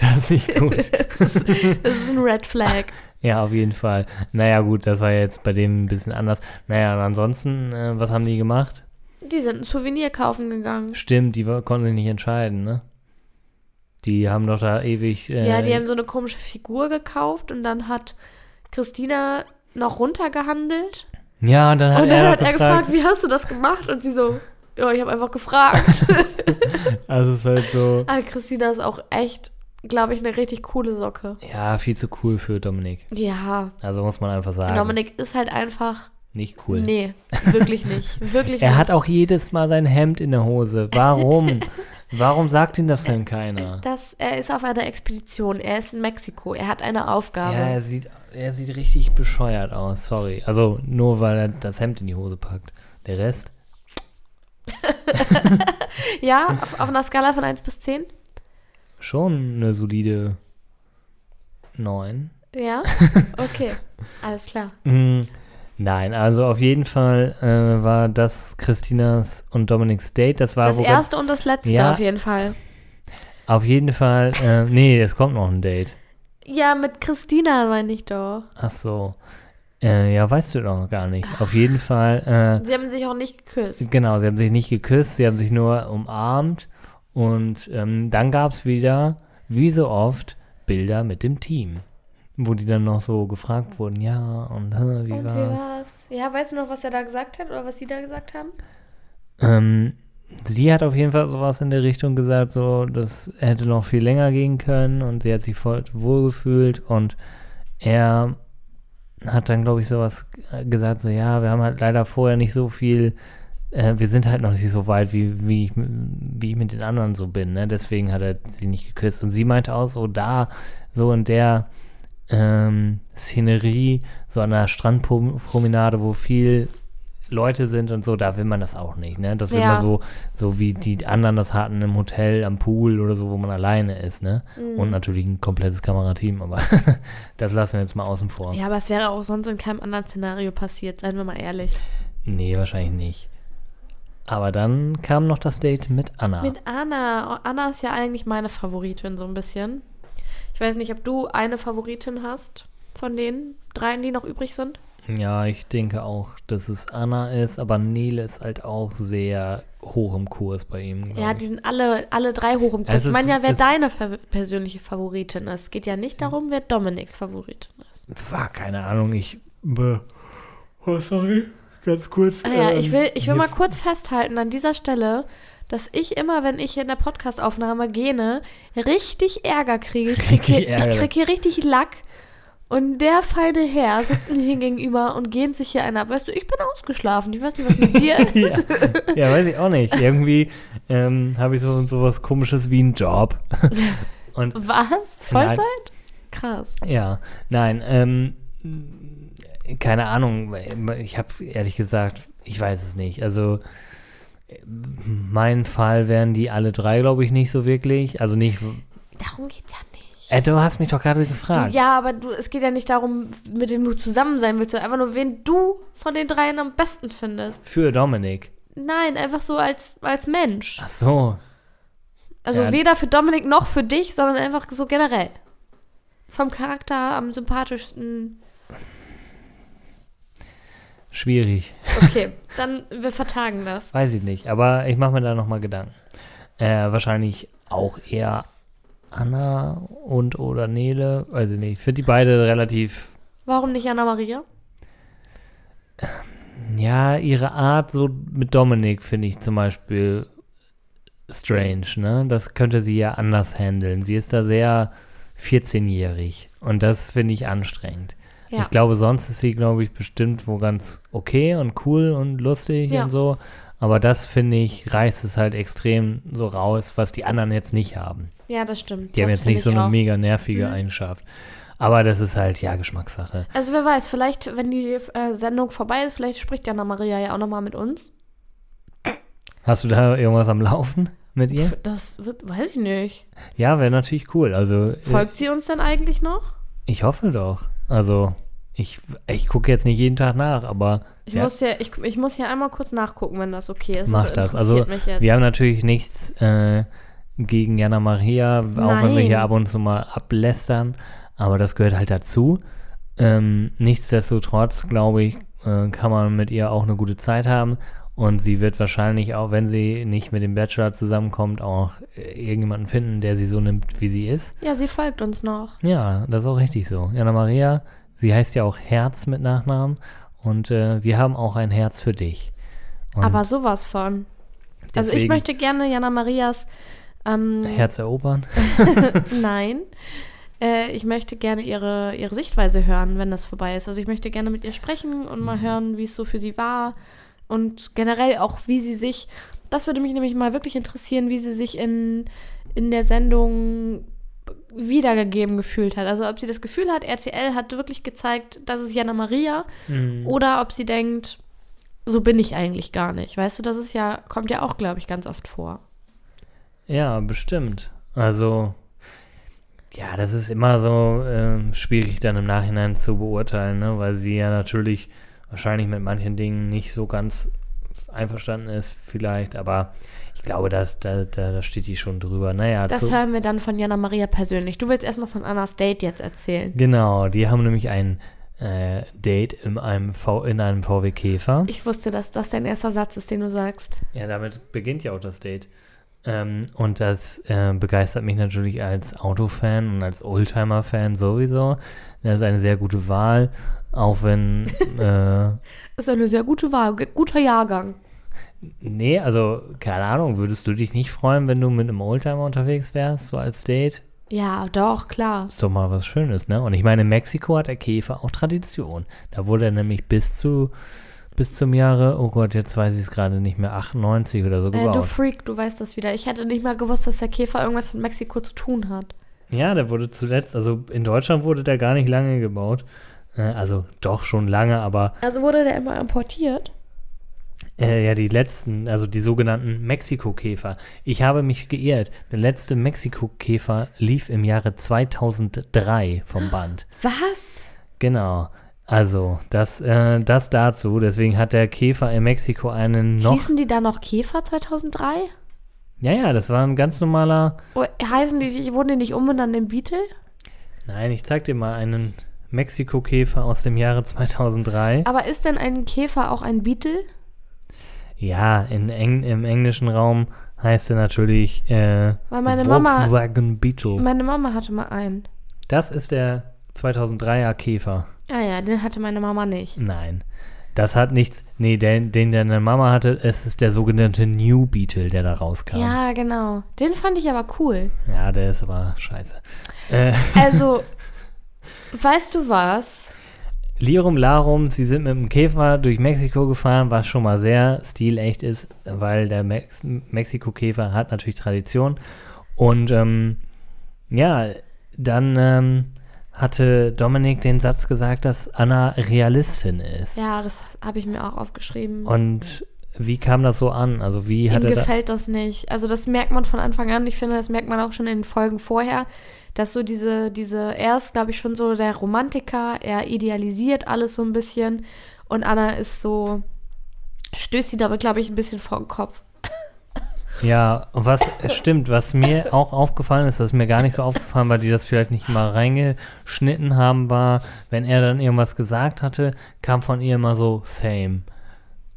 S5: das ist nicht gut.
S1: Das ist ein Red
S5: <laughs>
S1: Flag.
S5: ja, auf jeden Fall. Naja, gut, das war jetzt bei dem ein bisschen anders. Naja, und ansonsten, äh, was haben die gemacht?
S1: Die sind ein Souvenir kaufen gegangen.
S5: Stimmt, die wa- konnten sich nicht entscheiden, ne? Die haben doch da ewig. Äh,
S1: Ja, die haben so eine komische Figur gekauft und dann hat Christina noch runtergehandelt.
S5: ja, und dann hat,
S1: Und dann
S5: er,
S1: hat
S5: doch
S1: er
S5: gefragt,
S1: gefragt, wie hast du das gemacht? Und sie so, ja, ich habe einfach gefragt.
S5: <laughs> Also es ist halt so.
S1: <laughs> Aber Christina ist auch echt, glaube ich, eine richtig coole Socke.
S5: Ja, viel zu cool für Dominik.
S1: Ja,
S5: Also muss man einfach sagen.
S1: Dominik ist halt einfach.
S5: Nicht cool.
S1: Nee, wirklich
S5: <laughs>
S1: nicht. Wirklich
S5: Er
S1: nicht.
S5: hat auch jedes Mal sein Hemd in der Hose.
S1: <laughs>
S5: Warum? Warum sagt ihm das denn keiner?
S1: das, er ist auf einer Expedition. Er ist in Mexiko. Er hat eine
S5: Ja,
S1: Aufgabe.
S5: er sieht, er sieht richtig bescheuert aus, sorry. Also nur weil er das Hemd in die Hose packt. Der Rest?
S1: ja, auf, auf einer Skala von 1 bis 10.
S5: Schon eine solide 9.
S1: <laughs> Ja, okay. Alles klar.
S5: Nein, also auf jeden Fall äh, war das Christinas und Dominiks Date. Das war
S1: Das
S5: wo wir-
S1: erste und das letzte
S5: Ja.
S1: auf jeden Fall.
S5: auf jeden Fall. Äh, nee, es kommt noch ein Date.
S1: Ja, mit Christina meine ich doch.
S5: Ach so. Äh, ja, weißt du doch noch gar nicht. Auf jeden Fall,
S1: Sie haben sich auch nicht
S5: äh,
S1: geküsst.
S5: genau, sie haben sich nicht geküsst, sie haben sich nur umarmt. Und ähm, dann gab es wieder, wie so oft, Bilder mit dem Team. Wo die dann noch so gefragt wurden, ja, und äh, wie
S1: Und wie
S5: war's?
S1: war's? Ja, weißt du noch, was er da gesagt hat oder was sie da gesagt haben?
S5: Ähm, sie hat auf jeden Fall sowas in der Richtung gesagt, so, das hätte noch viel länger gehen können und sie hat sich voll wohl gefühlt und er hat dann, glaube ich, sowas äh, gesagt, so, ja, wir haben halt leider vorher nicht so viel, äh, wir sind halt noch nicht so weit, wie, wie, ich, m- wie ich mit den anderen so bin, ne? deswegen hat er sie nicht geküsst und sie meinte auch so, da, so in der ähm, Szenerie, so an der Strandpromenade, wo viel Leute sind und so, da will man das auch nicht, ne? Das will
S1: Ja.
S5: man so, so wie die anderen das hatten im Hotel, am Pool oder so, wo man alleine ist, ne? Und natürlich ein komplettes Kamerateam, aber <laughs> das lassen wir jetzt mal außen vor.
S1: Ja, aber es wäre auch sonst in keinem anderen Szenario passiert, seien wir mal ehrlich.
S5: Nee, wahrscheinlich nicht. Aber dann kam noch das Date mit Anna.
S1: Mit Anna. Anna ist ja eigentlich meine Favoritin so ein bisschen. Ich weiß nicht, ob du eine Favoritin hast von den dreien, die noch übrig sind.
S5: ja, ich denke auch, dass es Anna ist, aber Nele ist halt auch sehr hoch im Kurs bei ihm. glaub
S1: Ja,
S5: ich.
S1: die sind alle, alle drei hoch im
S5: Es
S1: Kurs. Ich
S5: ist-
S1: meine ja, wer
S5: es- Hm.
S1: deine Fa- persönliche Favoritin ist. Es geht ja nicht darum, wer Dominiks Favoritin ist.
S5: War keine Ahnung, ich. Bäh. Oh, sorry. Ganz kurz.
S1: Ah ja,
S5: ähm,
S1: ich will, ich will
S5: mir
S1: mal
S5: f-
S1: kurz festhalten an dieser Stelle, dass ich immer, wenn ich hier in der Podcastaufnahme gähne, richtig Ärger kriege. Ich kriege
S5: Richtig
S1: hier, ich
S5: Ärger.
S1: krieg hier richtig Lack. Und der feine Herr sitzt mir hier gegenüber und gähnt sich hier einer ab. Weißt du, ich bin ausgeschlafen. Ich weiß nicht, was mit dir <laughs> ist.
S5: <laughs> ja. ja, weiß ich auch nicht. Irgendwie ähm, habe ich so, so was komisches wie einen Job. Und
S1: Was? Vollzeit? Krass.
S5: Ja, nein, ähm, keine Ahnung. Ich habe ehrlich gesagt, ich weiß es nicht. Also äh, mein Fall wären die alle drei, glaube ich, nicht so wirklich. Also nicht.
S1: Darum geht's ja nicht.
S5: Äh, du hast mich doch gerade gefragt.
S1: Ja, aber du, es geht ja nicht darum, mit wem du zusammen sein willst, sondern einfach nur, wen du von den dreien am besten findest.
S5: Für Dominik.
S1: Nein, einfach so als, als Mensch.
S5: Ach so.
S1: Also
S5: Ja.
S1: weder für Dominik noch für dich, sondern einfach so generell. Vom Charakter am sympathischsten.
S5: Schwierig. <laughs>
S1: Okay, dann wir vertagen das.
S5: Weiß ich nicht. Aber ich mache mir da nochmal Gedanken. Äh, wahrscheinlich auch eher Anna und oder Nele. Weiß ich nicht. Ich finde die beide relativ
S1: Warum nicht Anna Maria?
S5: Ja, ihre Art so mit Dominik finde ich zum Beispiel strange, ne? Das könnte sie ja anders handeln. Sie ist da sehr 14-jährig und das finde ich anstrengend.
S1: Ja.
S5: Ich glaube, sonst ist sie, glaube ich, bestimmt wo ganz okay und cool und lustig
S1: Ja.
S5: und so. Aber das finde ich, reißt es halt extrem so raus, was die anderen jetzt nicht haben.
S1: Ja, das stimmt.
S5: Die
S1: das
S5: haben jetzt
S1: find
S5: nicht so
S1: ich
S5: eine
S1: auch. Mhm.
S5: mega nervige Eigenschaft. Aber das ist halt, ja, Geschmackssache.
S1: Also wer weiß, vielleicht, wenn die äh, Sendung vorbei ist, vielleicht spricht Anna Maria ja auch nochmal mit uns.
S5: Hast du da irgendwas am Laufen mit ihr?
S1: Das wird, weiß ich nicht.
S5: Ja, wäre natürlich cool. Also äh,
S1: Folgt sie uns denn eigentlich noch?
S5: ich hoffe doch. Also ich, ich gucke jetzt nicht jeden Tag nach, aber
S1: Ich,
S5: ja,
S1: muss hier, ich, ich muss hier einmal kurz nachgucken, wenn das okay ist.
S5: mach das. Also
S1: interessiert mich jetzt.
S5: wir haben natürlich nichts äh, gegen Jana Maria, auch wenn wir
S1: Nein.
S5: hier ab und zu mal ablästern, aber das gehört halt dazu. Ähm, nichtsdestotrotz, glaube ich, äh, kann man mit ihr auch eine gute Zeit haben. Und sie wird wahrscheinlich auch, wenn sie nicht mit dem Bachelor zusammenkommt, auch äh, irgendjemanden finden, der sie so nimmt, wie sie ist.
S1: Ja, sie folgt uns noch.
S5: Ja, das ist auch richtig so. Jana Maria, sie heißt ja auch Herz mit Nachnamen und äh, wir haben auch ein Herz für dich. Und
S1: Aber sowas von. also ich
S5: deswegen
S1: möchte gerne Jana Marias ähm,
S5: Herz erobern. <laughs>
S1: Nein. Äh, ich möchte gerne ihre, ihre Sichtweise hören, wenn das vorbei ist. Also ich möchte gerne mit ihr sprechen und mal hören, wie es so für sie war und generell auch, wie sie sich, das würde mich nämlich mal wirklich interessieren, wie sie sich in, in der Sendung wiedergegeben gefühlt hat. Also ob sie das Gefühl hat, RTL hat wirklich gezeigt, das ist Jana Maria oder ob sie denkt, so bin ich eigentlich gar nicht. Weißt du, das ist ja, kommt ja auch, glaube ich, ganz oft vor.
S5: Ja, bestimmt. Also ja, das ist immer so ähm, schwierig dann im Nachhinein zu beurteilen, ne? weil sie ja natürlich wahrscheinlich mit manchen Dingen nicht so ganz einverstanden ist, vielleicht, aber ich glaube, dass, da, da, da steht die schon drüber. Naja,
S1: Das
S5: zu,
S1: hören wir dann von Jana Maria persönlich. Du willst erstmal von Annas Date jetzt erzählen.
S5: Genau, die haben nämlich ein äh, Date in einem, v in einem VW Käfer.
S1: Ich wusste, dass das dein erster Satz ist, den du sagst.
S5: Ja, damit beginnt ja auch das Date. Ähm, und das äh, begeistert mich natürlich als Autofan und als Oldtimer-Fan sowieso. Das ist eine sehr gute Wahl, auch wenn. äh,
S1: Ist eine sehr gute Wahl, ge- guter Jahrgang.
S5: nee, also keine Ahnung, würdest du dich nicht freuen, wenn du mit einem Oldtimer unterwegs wärst, so als Date?
S1: Ja, doch, klar.
S5: Ist doch mal was Schönes, ne? Und ich meine, in Mexiko hat der Käfer auch Tradition. Da wurde er nämlich bis zu. Bis zum Jahre, oh Gott, jetzt weiß ich es gerade nicht mehr, 98 oder so
S1: Äh,
S5: gebaut.
S1: du Freak, du weißt das wieder. Ich hätte nicht mal gewusst, dass der Käfer irgendwas mit Mexiko zu tun hat.
S5: Ja, der wurde zuletzt, also in Deutschland wurde der gar nicht lange gebaut. Äh, Also doch schon lange, aber
S1: Also wurde der immer importiert?
S5: äh, ja, die letzten, also die sogenannten Mexiko-Käfer. Ich habe mich geirrt. Der letzte Mexiko-Käfer lief im Jahre 2003 vom Band.
S1: Was?
S5: Genau. Also, das, äh, das dazu. Deswegen hat der Käfer in Mexiko einen noch.
S1: Hießen die da noch Käfer 2003?
S5: Ja, ja, das war ein ganz normaler.
S1: Oh, heißen die, die, wurden die nicht um umbenannt in Beetle?
S5: Nein, ich zeig dir mal einen Mexiko-Käfer aus dem Jahre 2003.
S1: Aber ist denn ein Käfer auch ein Beetle?
S5: Ja, in Eng im englischen Raum heißt er natürlich äh,
S1: Weil meine Mama-
S5: Volkswagen Beetle.
S1: Meine Mama hatte mal einen.
S5: das ist der 2003er Käfer.
S1: Ah ja, den hatte meine Mama nicht.
S5: Nein, das hat nichts. Nee, den, den deine Mama hatte, es ist der sogenannte New Beetle, der da rauskam.
S1: Ja, genau. Den fand ich aber cool.
S5: Ja, der ist aber scheiße. Äh, <laughs>
S1: Also, weißt du was?
S5: Lirum Larum, sie sind mit dem Käfer durch Mexiko gefahren, was schon mal sehr stilecht ist, weil der Mex Mexiko-Käfer hat natürlich Tradition. Und ähm, ja, dann ähm, hatte Dominik den Satz gesagt, dass Anna Realistin ist.
S1: Ja, das habe ich mir auch aufgeschrieben.
S5: Und wie kam das so an? Also wie
S1: Ihm
S5: hat er da,
S1: gefällt das nicht. Also das merkt man von Anfang an. Ich finde, das merkt man auch schon in den Folgen vorher, dass so diese, diese, er ist, glaube ich, schon so der Romantiker, er idealisiert alles so ein bisschen und Anna ist so, stößt sie damit, glaube ich, ein bisschen vor den Kopf.
S5: Ja, und was stimmt, was mir auch aufgefallen ist, dass mir gar nicht so aufgefallen war, die das vielleicht nicht mal reingeschnitten haben, war, wenn er dann irgendwas gesagt hatte, kam von ihr immer so same.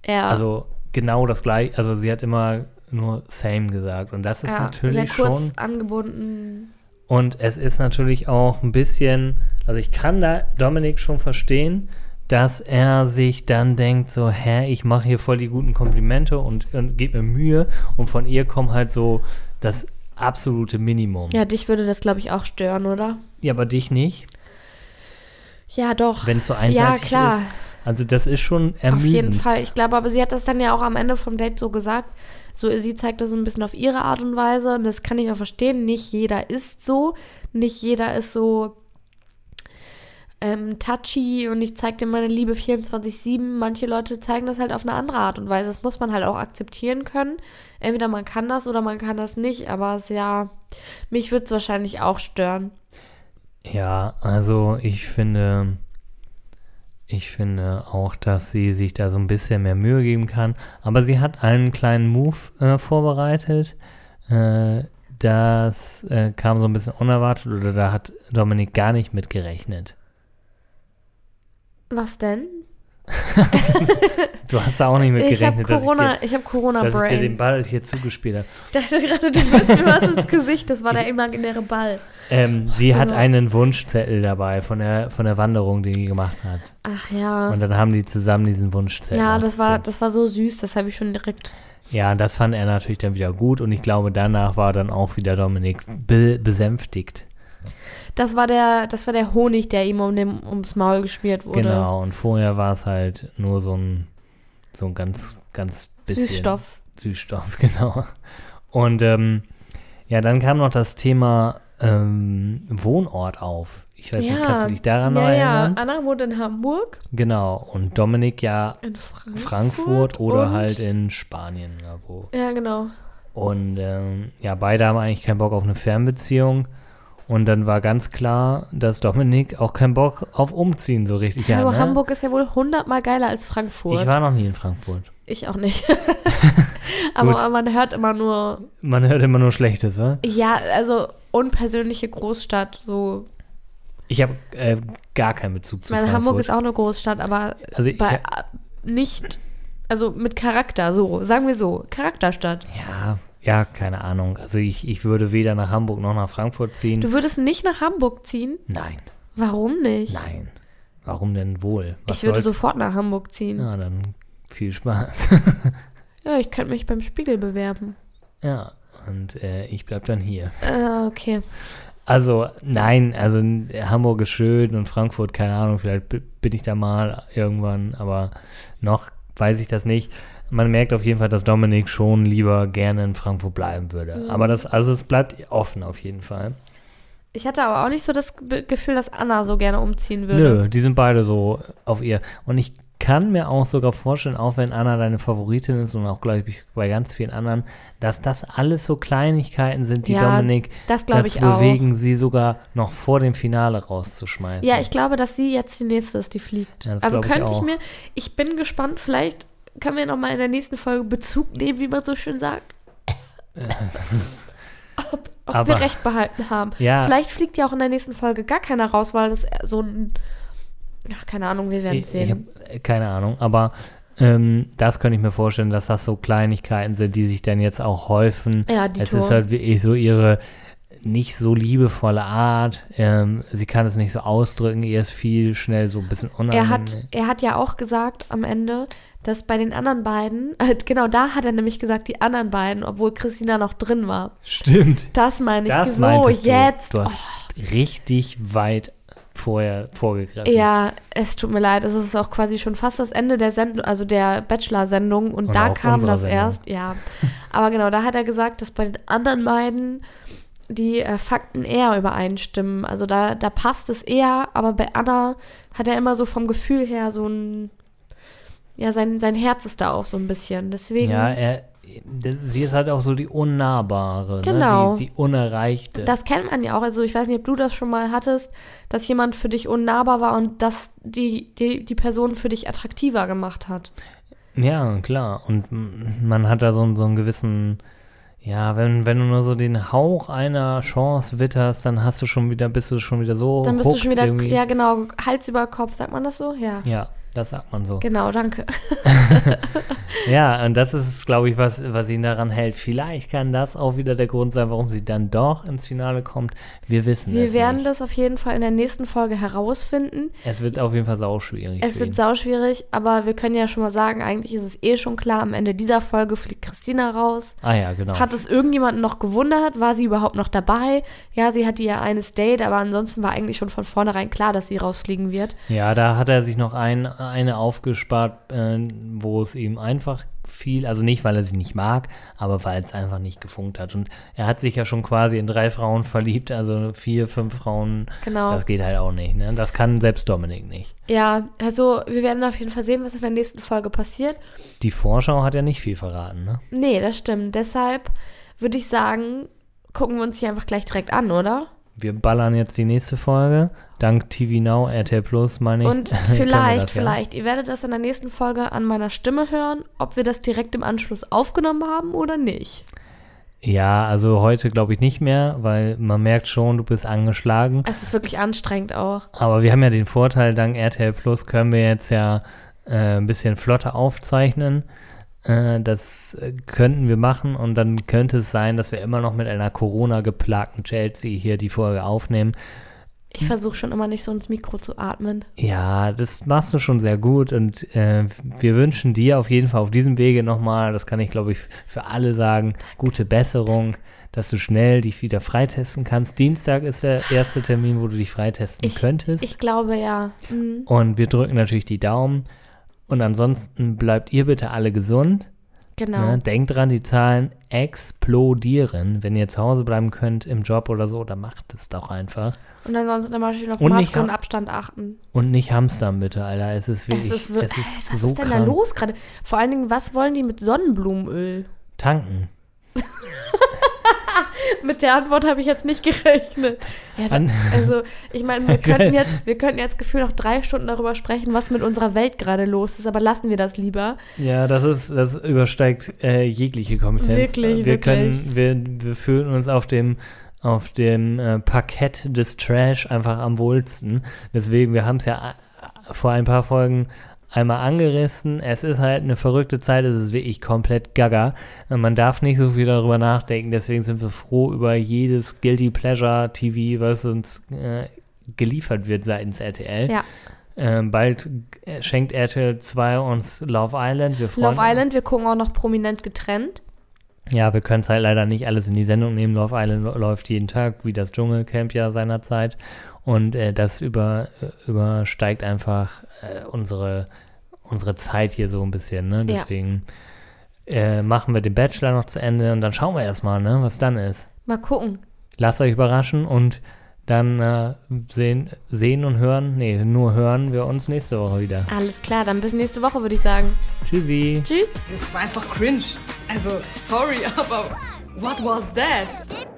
S1: Ja,
S5: Also genau das gleiche, also sie hat immer nur same gesagt und das ist
S1: ja sehr
S5: natürlich
S1: kurz
S5: schon
S1: angebunden.
S5: und es ist natürlich auch ein bisschen, also ich kann da Dominik schon verstehen, dass er sich dann denkt so, hä, ich mache hier voll die guten Komplimente und, und gebe mir Mühe und von ihr kommt halt so das absolute Minimum.
S1: Ja, dich würde das, glaube ich, auch stören, oder?
S5: Ja, aber dich nicht,
S1: Ja, doch.
S5: wenn es so einseitig
S1: ja, klar.
S5: ist. Also das ist schon ermüdend.
S1: Auf jeden Fall. Ich glaube, aber sie hat das dann ja auch am Ende vom Date so gesagt. So, sie zeigt das so ein bisschen auf ihre Art und Weise. Und das kann ich auch verstehen. Nicht jeder ist so. Nicht jeder ist so ähm, touchy und ich zeig dir meine Liebe 24-7. Manche Leute zeigen das halt auf eine andere Art und Weise. Das muss man halt auch akzeptieren können. Entweder man kann das oder man kann das nicht. Aber es ist ja, mich würde es wahrscheinlich auch stören.
S5: Ja, also ich finde, ich finde auch, dass sie sich da so ein bisschen mehr Mühe geben kann. Aber sie hat einen kleinen Move äh, vorbereitet. Äh, das äh, kam so ein bisschen unerwartet oder da hat Dominik gar nicht mit gerechnet.
S1: Was denn?
S5: Du hast da auch nicht mit
S1: Ich habe
S5: gerechnet, dass ich
S1: Corona,
S5: dir,
S1: ich hab Corona
S5: dass ich dir
S1: Brain.
S5: den Ball hier zugespielt habe.
S1: dachte gerade, du wirst mir was ins Gesicht. Das war der imaginäre Ball.
S5: Ähm, sie hat
S1: genau.
S5: einen Wunschzettel dabei von der, von der Wanderung, die sie gemacht hat.
S1: Ach ja.
S5: Und dann haben die zusammen diesen Wunschzettel.
S1: Ah. Ja, das war,
S5: ausgefüllt.
S1: das war so süß. Das habe ich schon direkt.
S5: Ja, das fand er natürlich dann wieder gut und ich glaube, danach war dann auch wieder Dominik be besänftigt.
S1: Das war der, das war der Honig, der ihm um dem, ums Maul geschmiert wurde.
S5: Genau, und vorher war es halt nur so ein, so ein ganz, ganz bisschen.
S1: Süßstoff.
S5: Süßstoff, <laughs> genau. Und ähm, ja, dann kam noch das Thema ähm, Wohnort auf. Ich weiß nicht, kannst du dich daran noch
S1: ja, ja.
S5: erinnern?
S1: Anna wohnt in Hamburg,
S5: Genau, und Dominik ja
S1: in Frankfurt.
S5: Frankfurt oder
S1: und-
S5: halt in Spanien oder wo.
S1: Ja, genau.
S5: Und ähm, ja, beide haben eigentlich keinen Bock auf eine Fernbeziehung. Und dann war ganz klar, dass Dominik auch keinen Bock auf Umziehen so richtig hat.
S1: Aber
S5: ne?
S1: Hamburg ist ja wohl hundertmal geiler als Frankfurt.
S5: Ich war noch nie in Frankfurt.
S1: Ich auch
S5: <laughs>
S1: nicht. aber
S5: Gut.
S1: man hört immer nur,
S5: Man hört immer nur Schlechtes, wa?
S1: ja, also unpersönliche Großstadt, so
S5: Ich habe äh, gar keinen Bezug
S1: Ich
S5: zu
S1: meine,
S5: Frankfurt.
S1: Hamburg ist auch eine Großstadt, aber
S5: Also ich-
S1: bei, nicht, also mit Charakter, so, sagen wir so, Charakterstadt.
S5: Ja, ja, keine Ahnung. Also ich, ich würde weder nach Hamburg noch nach Frankfurt ziehen.
S1: Du würdest nicht nach Hamburg ziehen?
S5: nein,
S1: Warum nicht?
S5: nein. Warum denn wohl?
S1: ich würde
S5: soll's-
S1: sofort nach Hamburg ziehen.
S5: Ja, dann viel Spaß. <laughs>
S1: Ja, ich könnte mich beim Spiegel bewerben.
S5: ja, und äh, ich bleib dann hier.
S1: Äh, okay.
S5: Also, nein, also n- Hamburg ist schön und Frankfurt, keine Ahnung, vielleicht b- bin ich da mal irgendwann, aber noch weiß ich das nicht. Man merkt auf jeden Fall, dass Dominik schon lieber gerne in Frankfurt bleiben würde.
S1: Mhm.
S5: Aber das, also es bleibt offen auf jeden Fall.
S1: Ich hatte aber auch nicht so das Be- Gefühl, dass Anna so gerne umziehen würde.
S5: Nö, die sind beide so auf ihr. Und ich kann mir auch sogar vorstellen, auch wenn Anna deine Favoritin ist und auch, glaube ich, bei ganz vielen anderen, dass das alles so Kleinigkeiten sind, die
S1: Ja,
S5: Dominik
S1: das glaub ich
S5: dazu
S1: auch.
S5: bewegen, sie sogar noch vor dem Finale rauszuschmeißen.
S1: Ja, ich glaube, dass sie jetzt die nächste ist, die fliegt.
S5: Ja, das
S1: also
S5: glaub ich
S1: könnte ich,
S5: auch.
S1: mir, ich bin gespannt, vielleicht können wir nochmal in der nächsten Folge Bezug nehmen, wie man so schön
S5: <laughs>
S1: sagt. ob ob wir
S5: Aber-
S1: recht behalten haben.
S5: Ja.
S1: Vielleicht fliegt ja auch in der nächsten Folge gar keiner raus, weil das so ein. Ach, keine Ahnung, wir werden
S5: Ich- ich
S1: sehen.
S5: hab, äh, keine Ahnung, aber ähm, das könnte ich mir vorstellen, dass das so Kleinigkeiten sind, die sich dann jetzt auch häufen.
S1: Ja, die
S5: es
S1: Tour.
S5: ist halt wirklich so ihre nicht so liebevolle Art. Ähm, sie kann es nicht so ausdrücken. Ihr ist viel schnell so ein bisschen unangenehm.
S1: Er hat, er hat ja auch gesagt am Ende, dass bei den anderen beiden, <laughs> äh, genau da hat er nämlich gesagt, die anderen beiden, obwohl Christina noch drin war.
S5: Stimmt.
S1: Das meine ich.
S5: Das
S1: so,
S5: meintest du.
S1: jetzt. Oh.
S5: Du hast richtig weit vorher vorgegriffen.
S1: Ja, es tut mir leid, es ist auch quasi schon fast das Ende der Sendung, also der Bachelor-Sendung und
S5: Und
S1: da
S5: auch
S1: kam
S5: unserer
S1: das
S5: Sendung.
S1: erst, ja. Aber genau, da hat er gesagt, dass bei den anderen beiden die äh, Fakten eher übereinstimmen. Also da, da passt es eher, aber bei Anna hat er immer so vom Gefühl her so ein, ja, sein, sein Herz ist da auch so ein bisschen. Deswegen,
S5: Ja, äh, er, das- sie ist halt auch so die Unnahbare,
S1: Genau.
S5: ne? die, die Unerreichte.
S1: das kennt man ja auch. Also ich weiß nicht, ob du das schon mal hattest, dass jemand für dich unnahbar war und dass die, die, die Person für dich attraktiver gemacht hat.
S5: Ja, klar. Und m- man hat da so, einen- so einen gewissen, ja, wenn, wenn du nur so den Hauch einer Chance witterst, dann hast du schon wieder, bist du schon wieder so.
S1: Dann bist du
S5: hooked
S1: schon wieder,
S5: irgendwie.
S1: ja genau, Hals über Kopf, sagt man das so? Ja.
S5: Ja, das sagt man so.
S1: Genau, danke.
S5: Ja, und das ist, glaube ich, was, was ihn daran hält. Vielleicht kann das auch wieder der Grund sein, warum sie dann doch ins Finale kommt. Wir wissen
S1: Wir
S5: es
S1: werden
S5: nicht.
S1: das auf jeden Fall in der nächsten Folge herausfinden.
S5: Es wird auf jeden Fall sauschwierig.
S1: Es
S5: für
S1: wird
S5: ihn.
S1: sauschwierig, aber wir können ja schon mal sagen, eigentlich ist es eh schon klar, am Ende dieser Folge fliegt Christina raus.
S5: Ah ja, genau.
S1: Hat es irgendjemanden noch gewundert? War sie überhaupt noch dabei? Ja, sie hatte ihr eines Date, aber ansonsten war eigentlich schon von vornherein klar, dass sie rausfliegen wird.
S5: ja, da hat er sich noch ein, eine aufgespart, äh, wo es ihm einfach fiel. Also nicht, weil er sie nicht mag, aber weil es einfach nicht gefunkt hat. Und er hat sich ja schon quasi in drei Frauen verliebt, also vier, fünf Frauen.
S1: Genau.
S5: Das geht halt auch nicht. Ne? Das kann selbst Dominik nicht.
S1: Ja, also wir werden auf jeden Fall sehen, was in der nächsten Folge passiert.
S5: Die Vorschau hat ja nicht viel verraten. Ne?
S1: Nee, das stimmt. Deshalb würde ich sagen, gucken wir uns hier einfach gleich direkt an, oder?
S5: Wir ballern jetzt die nächste Folge. Dank TV Now, RTL Plus, meine ich.
S1: Und
S5: <laughs> können wir
S1: vielleicht,
S5: das, ja?
S1: vielleicht, ihr werdet das in der nächsten Folge an meiner Stimme hören, ob wir das direkt im Anschluss aufgenommen haben oder nicht.
S5: Ja, also heute glaube ich nicht mehr, weil man merkt schon, du bist angeschlagen.
S1: Es ist wirklich anstrengend auch.
S5: Aber wir haben ja den Vorteil, dank RTL Plus können wir jetzt ja äh, ein bisschen flotter aufzeichnen. Äh, das äh, könnten wir machen und dann könnte es sein, dass wir immer noch mit einer Corona-geplagten Chelsea hier die Folge aufnehmen. Hm.
S1: Ich versuche schon immer nicht so ins Mikro zu atmen.
S5: Ja, das machst du schon sehr gut und äh, wir wünschen dir auf jeden Fall auf diesem Wege nochmal, das kann ich glaube ich für alle sagen, gute Besserung, dass du schnell dich wieder freitesten kannst. Dienstag ist der erste Termin, wo du dich freitesten
S1: Ich,
S5: könntest.
S1: ich glaube ja. Mhm.
S5: Und wir drücken natürlich die Daumen. Und ansonsten bleibt ihr bitte alle gesund.
S1: Genau.
S5: Ne? Denkt dran, die Zahlen explodieren. Wenn ihr zu Hause bleiben könnt, im Job oder so, dann macht es doch einfach.
S1: Und ansonsten immer schön auf
S5: Und ich
S1: Maske und
S5: hab-
S1: Abstand achten.
S5: Und nicht hamstern bitte, Alter. Es ist wirklich, es ist,
S1: wir- Ey, was
S5: so
S1: ist denn
S5: krank.
S1: da los gerade? Vor allen Dingen, was wollen die mit Sonnenblumenöl?
S5: Tanken.
S1: Mit der Antwort habe ich jetzt nicht gerechnet. Ja, da-
S5: An-
S1: also, ich meine, wir
S5: Geil.
S1: könnten jetzt, wir könnten jetzt gefühlt noch drei Stunden darüber sprechen, was mit unserer Welt gerade los ist, aber lassen wir das lieber.
S5: Ja, das ist, das übersteigt äh, jegliche Kompetenz.
S1: Wirklich,
S5: wir
S1: wirklich.
S5: können, wir, wir fühlen uns auf dem auf dem äh, Parkett des Trash einfach am wohlsten. Deswegen, wir haben es ja a- vor ein paar Folgen einmal angerissen. Es ist halt eine verrückte Zeit, es ist wirklich komplett gaga. Und Man darf nicht so viel darüber nachdenken, deswegen sind wir froh über jedes Guilty Pleasure TV, was uns äh, geliefert wird seitens RTL.
S1: Ja.
S5: Ähm, bald äh, schenkt RTL 2 uns Love Island. Wir freuen
S1: Love
S5: uns.
S1: Island, wir gucken auch noch prominent getrennt.
S5: Ja, wir können es halt leider nicht alles in die Sendung nehmen. Love Island lo- läuft jeden Tag, wie das Dschungelcamp ja seinerzeit. Und äh, das über, äh, übersteigt einfach äh, unsere, unsere Zeit hier so ein bisschen. Ne? Deswegen äh, machen wir den Bachelor noch zu Ende und dann schauen wir erstmal, ne, was dann ist.
S1: Mal gucken.
S5: Lasst euch überraschen und dann äh, sehen, sehen und hören, nee, nur hören wir uns nächste Woche wieder.
S1: Alles klar, dann bis nächste Woche, würde ich sagen.
S5: Tschüssi.
S1: Tschüss.
S3: <laughs> Das war einfach cringe. Also, sorry, aber what was that?